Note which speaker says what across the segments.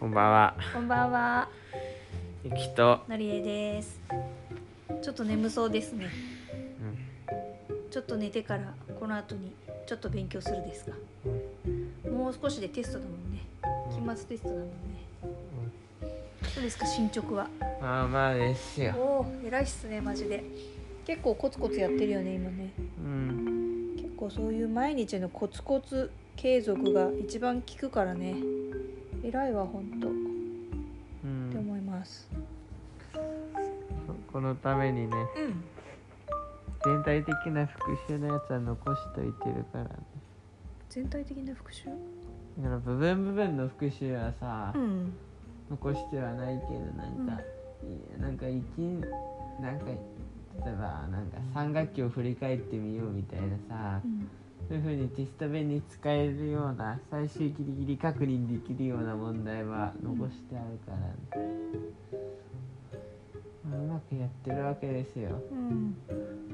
Speaker 1: ばんは。
Speaker 2: こんばんは、
Speaker 1: ゆきと、
Speaker 2: のりえです。ちょっと眠そうですね。ちょっと寝てから、この後に、ちょっと勉強するですが。もう少しでテストだもんね。期末テストだもんね。どうですか、進捗は。
Speaker 1: まあまあですよ。
Speaker 2: おお、偉いっすね、マジで。結構コツコツやってるよね、今ね。
Speaker 1: うん。
Speaker 2: 結構そういう毎日のコツコツ継続が一番効くからね。偉いわ、本当。っ
Speaker 1: う
Speaker 2: て
Speaker 1: ん、
Speaker 2: 思います。
Speaker 1: このためにね、
Speaker 2: うん。
Speaker 1: 全体的な復習のやつは残しといてるからね。
Speaker 2: 全体的な復習。
Speaker 1: だから部分部分の復習はさ、
Speaker 2: うん。
Speaker 1: 残してはないけど、なんか、いなんか一、なんか、例えばなんか3学期を振り返ってみようみたいなさ、
Speaker 2: うん。
Speaker 1: そういうふうにテスト弁に使えるような最終ギリギリ確認できるような問題は残してあるから、ねまあうまくやってるわけですよ。
Speaker 2: うん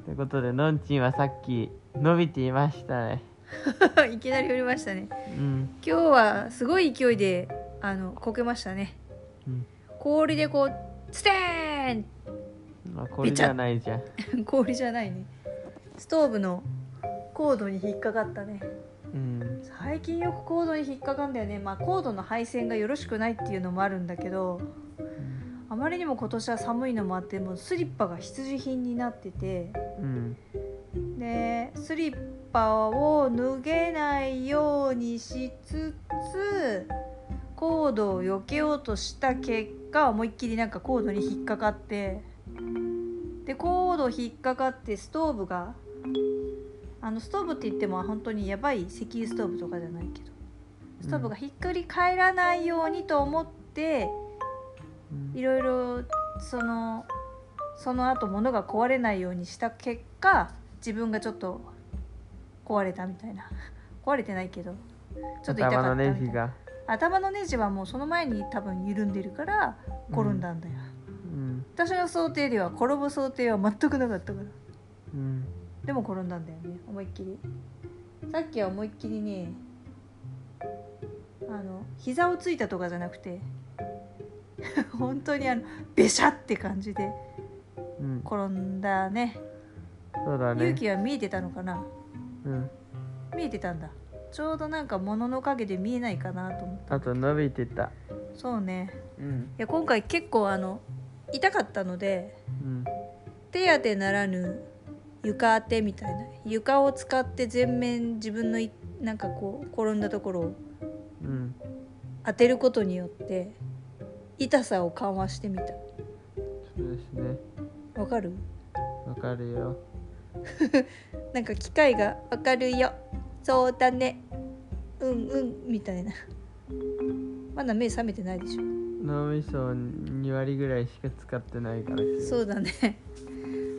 Speaker 1: ということでのんちんはさっき伸びていましたね。
Speaker 2: いきなり降りましたね
Speaker 1: うん、
Speaker 2: 今日はすごい勢いであのこけましたね
Speaker 1: うん
Speaker 2: 氷でこうステー
Speaker 1: まあ、これじゃないじゃん。
Speaker 2: ン氷じゃないね ストーブのコードに引っかかったね
Speaker 1: うん、
Speaker 2: 最近よくコードに引っかかんだよねまあコードの配線がよろしくないっていうのもあるんだけどあまりにも今年は寒いのもあってもうスリッパが必需品になってて
Speaker 1: うん、
Speaker 2: でスリッパを脱げないようにしつつコードを避けようとした結果思いっきりなんかコードに引っかかってでコード引っかかってストーブがあのストーブって言っても本当にやばい石油ストーブとかじゃないけどストーブがひっくり返らないようにと思って
Speaker 1: うん
Speaker 2: いろいろそのその後物が壊れないようにした結果自分がちょっと壊れたみたいな 壊れてないけどちょっと痛かったみた
Speaker 1: 頭
Speaker 2: い
Speaker 1: のネ
Speaker 2: な
Speaker 1: ジが、
Speaker 2: 頭のネジはもうその前に多分緩んでるから転んだんだよ、
Speaker 1: うん
Speaker 2: 私の想定では転ぶ想定は全くなかったから
Speaker 1: うん、
Speaker 2: でも転んだんだよね思いっきりさっきは思いっきりねあの膝をついたとかじゃなくて 本当にあのべしゃって感じで
Speaker 1: うん、
Speaker 2: 転んだね
Speaker 1: そうだね。
Speaker 2: 勇気は見えてたのかな
Speaker 1: うん、
Speaker 2: 見えてたんだちょうどなんか物の陰で見えないかなと思って
Speaker 1: あと伸びてた。
Speaker 2: そうね
Speaker 1: うん、
Speaker 2: いや今回結構あの痛かったので
Speaker 1: うん、
Speaker 2: 手当てならぬ床当てみたいな床を使って全面自分のいなんかこう転んだところを
Speaker 1: うん、
Speaker 2: 当てることによって痛さを緩和してみた
Speaker 1: そうですね。
Speaker 2: わかる
Speaker 1: わかるよ。
Speaker 2: なんか機械が「わかるよそうだねうんうん」みたいなまだ目覚めてないでしょ
Speaker 1: 脳みそを2割ぐらいしか使ってないから
Speaker 2: そうだね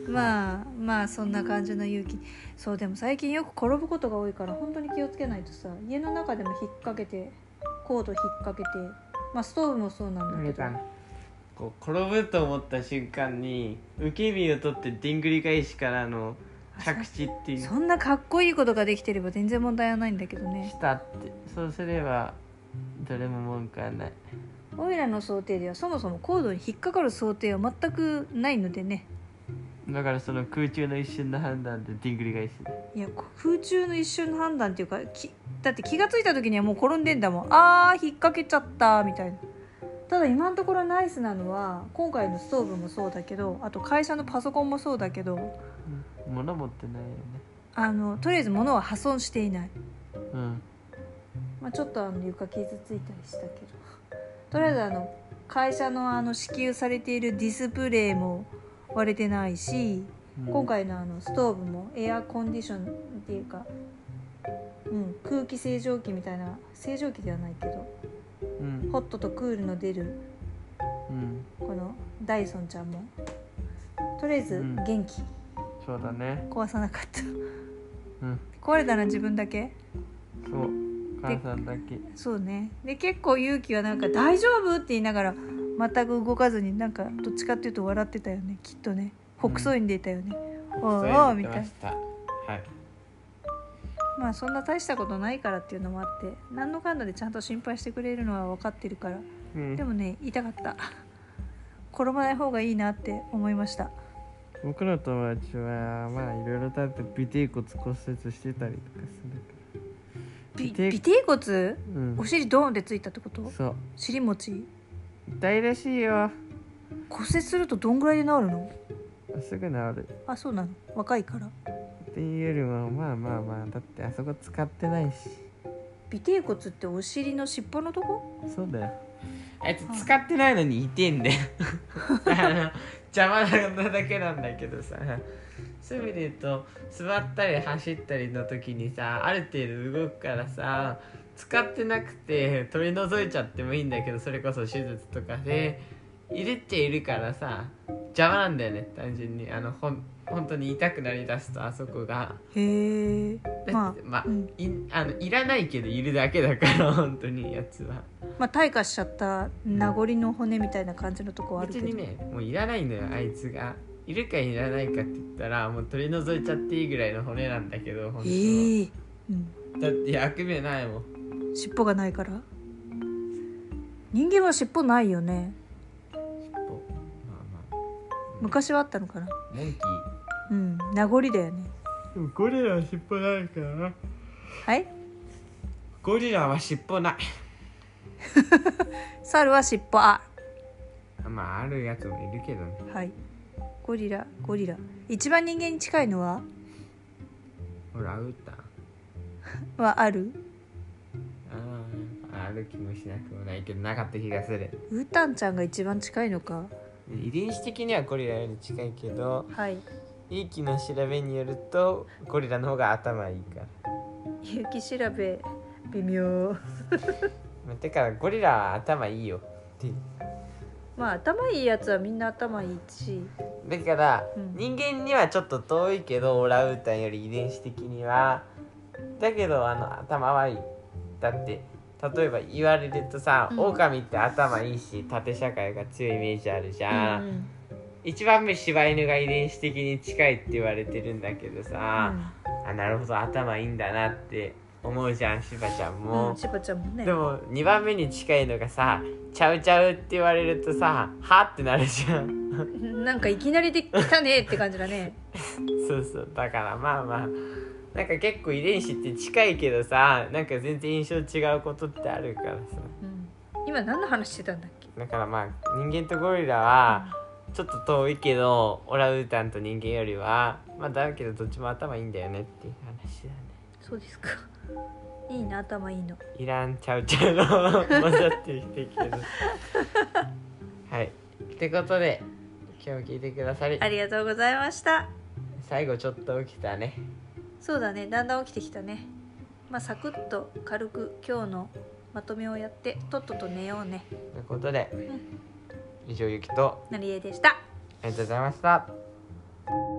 Speaker 2: まあまあそんな感じの勇気そうでも最近よく転ぶことが多いから本当に気をつけないとさ家の中でも引っ掛けてコード引っ掛けてまあストーブもそうなんだけど
Speaker 1: こう転ぶと思った瞬間に受け身を取ってでんぐり返しからの着地っていう
Speaker 2: そんなかっこいいことができてれば全然問題はないんだけどね
Speaker 1: したってそうすればどれも文句はない
Speaker 2: オイラの想定ではそもそもコードに引っかかる想定は全くないのでね
Speaker 1: だからその空中の一瞬の判断ででんぐり返し
Speaker 2: いやこ空中の一瞬の判断っていうかきだって気が付いた時にはもう転んでんだもんあー引っ掛けちゃったみたいなただ今のところナイスなのは今回のストーブもそうだけどあと会社のパソコンもそうだけど
Speaker 1: うん物持ってないよね
Speaker 2: あのとりあえず物は破損していない、
Speaker 1: うん
Speaker 2: まあ、ちょっとあの床傷ついたりしたけどとりあえずあの会社のあの支給されているディスプレイも割れてないし
Speaker 1: うん
Speaker 2: 今回のあのストーブもエアコンディションっていうか、うん、空気清浄機みたいな清浄機ではないけど
Speaker 1: うん
Speaker 2: ホットとクールの出る
Speaker 1: うん
Speaker 2: このダイソンちゃんもとりあえず
Speaker 1: うん
Speaker 2: 元気、
Speaker 1: そうだね
Speaker 2: 壊さなかった
Speaker 1: うん
Speaker 2: 壊れたのは自分だけ
Speaker 1: そう母さんだけ
Speaker 2: そうねで結構勇気はなんか「大丈夫?」って言いながら全く動かずになんかどっちかっていうと笑ってたよねきっとねほくそいんでいたよね、お
Speaker 1: そう
Speaker 2: ーおー
Speaker 1: 言
Speaker 2: み
Speaker 1: ったて
Speaker 2: いな
Speaker 1: ましたはい
Speaker 2: まあそんな大したことないからっていうのもあって何のかんだでちゃんと心配してくれるのは分かってるから
Speaker 1: うん
Speaker 2: でもね痛かった転ばない方がいいなって思いました
Speaker 1: 僕の友達はまあいろいろだって尾てい骨骨折してたりとかするか
Speaker 2: び
Speaker 1: 尾てい
Speaker 2: 尾てい骨
Speaker 1: らうん
Speaker 2: お尻ドーンってついたってこと
Speaker 1: そう
Speaker 2: 尻餅
Speaker 1: 痛いらしいよ
Speaker 2: 骨折するとどんぐらいで治るの
Speaker 1: すぐ治る
Speaker 2: あそうなの若いから
Speaker 1: っていうよりもまあまあまあだってあそこ使ってないし
Speaker 2: 尾てい骨ってお尻の尻尾のとこ
Speaker 1: そうだよあいつ使ってないのに痛いん だよあの邪魔なだけなんだけどさそういう意味で言うと座ったり走ったりの時にさある程度動くからさ使ってなくて取り除いちゃってもいいんだけどそれこそ手術とかで入れちゃいるからさ邪魔なんだよね単純にあのほん本当に痛くなりだすとあそこが
Speaker 2: へえ
Speaker 1: だっ
Speaker 2: ま
Speaker 1: てまあ
Speaker 2: あ、うん、
Speaker 1: いあのいらないけどいるだけだから本当にやつは
Speaker 2: まあ退化しちゃった名残の骨みたいな感じのとこはあるけ
Speaker 1: 別
Speaker 2: ど
Speaker 1: にねもういらないのよあいつがいるかいらないかって言ったらもう取り除いちゃっていいぐらいの骨なんだけど本当
Speaker 2: ええうん
Speaker 1: だって役目ないもん
Speaker 2: 尻尾がないから人間は尻尾ないよね
Speaker 1: 尻尾まあま
Speaker 2: 昔はあったのかな
Speaker 1: あモンキー
Speaker 2: うん名残だよね
Speaker 1: でもゴリラは尻尾ないからな
Speaker 2: はい
Speaker 1: ゴリラは尻尾ない
Speaker 2: 猿は尻尾あ
Speaker 1: まああるやつもいるけどね
Speaker 2: はいゴリラゴリラ一番人間に近いのは
Speaker 1: ほらウータン
Speaker 2: はある
Speaker 1: あーある気もしなくもないけどなかった気がする
Speaker 2: ウータンちゃんが一番近いのか
Speaker 1: 遺伝子的にはゴリラより近いけど
Speaker 2: はい
Speaker 1: いい気の調べによるとゴリラの方が頭いいから、
Speaker 2: 有機調べ微妙
Speaker 1: まあ、てかゴリラは頭いいよって
Speaker 2: まあ頭いいやつはみんな頭いいし
Speaker 1: だから、
Speaker 2: うん
Speaker 1: 人間にはちょっと遠いけどオランウータンより遺伝子的にはだけどあの頭はいいだって例えば言われるとさ、
Speaker 2: うん
Speaker 1: オオカミって頭いいし縦社会が強いイメージあるじゃん、
Speaker 2: うんうん
Speaker 1: 一番目柴犬が遺伝子的に近いって言われてるんだけどさ、あなるほど頭いいんだなって思うじゃん柴ちゃん
Speaker 2: うん
Speaker 1: も、
Speaker 2: うん、しばちゃんもね
Speaker 1: でも2番目に近いのがさ「ちゃうちゃう」って言われるとさ「は?」ってなるじゃん
Speaker 2: なんかいきなりできたねって感じだね
Speaker 1: そうそうだからまあまあなんか結構遺伝子って近いけどさなんか全然印象違うことってあるからさ
Speaker 2: うん今何の話してたんだっけ
Speaker 1: だからまあ人間とゴリラはちょっと遠いけどオランウータンと人間よりはまあだけどどっちも頭いいんだよねっていう話だね
Speaker 2: そうですか いいな頭いいの
Speaker 1: いらんちゃうちゃうの 混ざってきてるけどはいってことで今日も聞いてくださり
Speaker 2: ありがとうございました
Speaker 1: 最後ちょっと起きたね
Speaker 2: そうだねだんだん起きてきたねまあサクッと軽く今日のまとめをやってとっとと寝ようね
Speaker 1: ということで以上ゆきと
Speaker 2: なりえでした
Speaker 1: ありがとうございました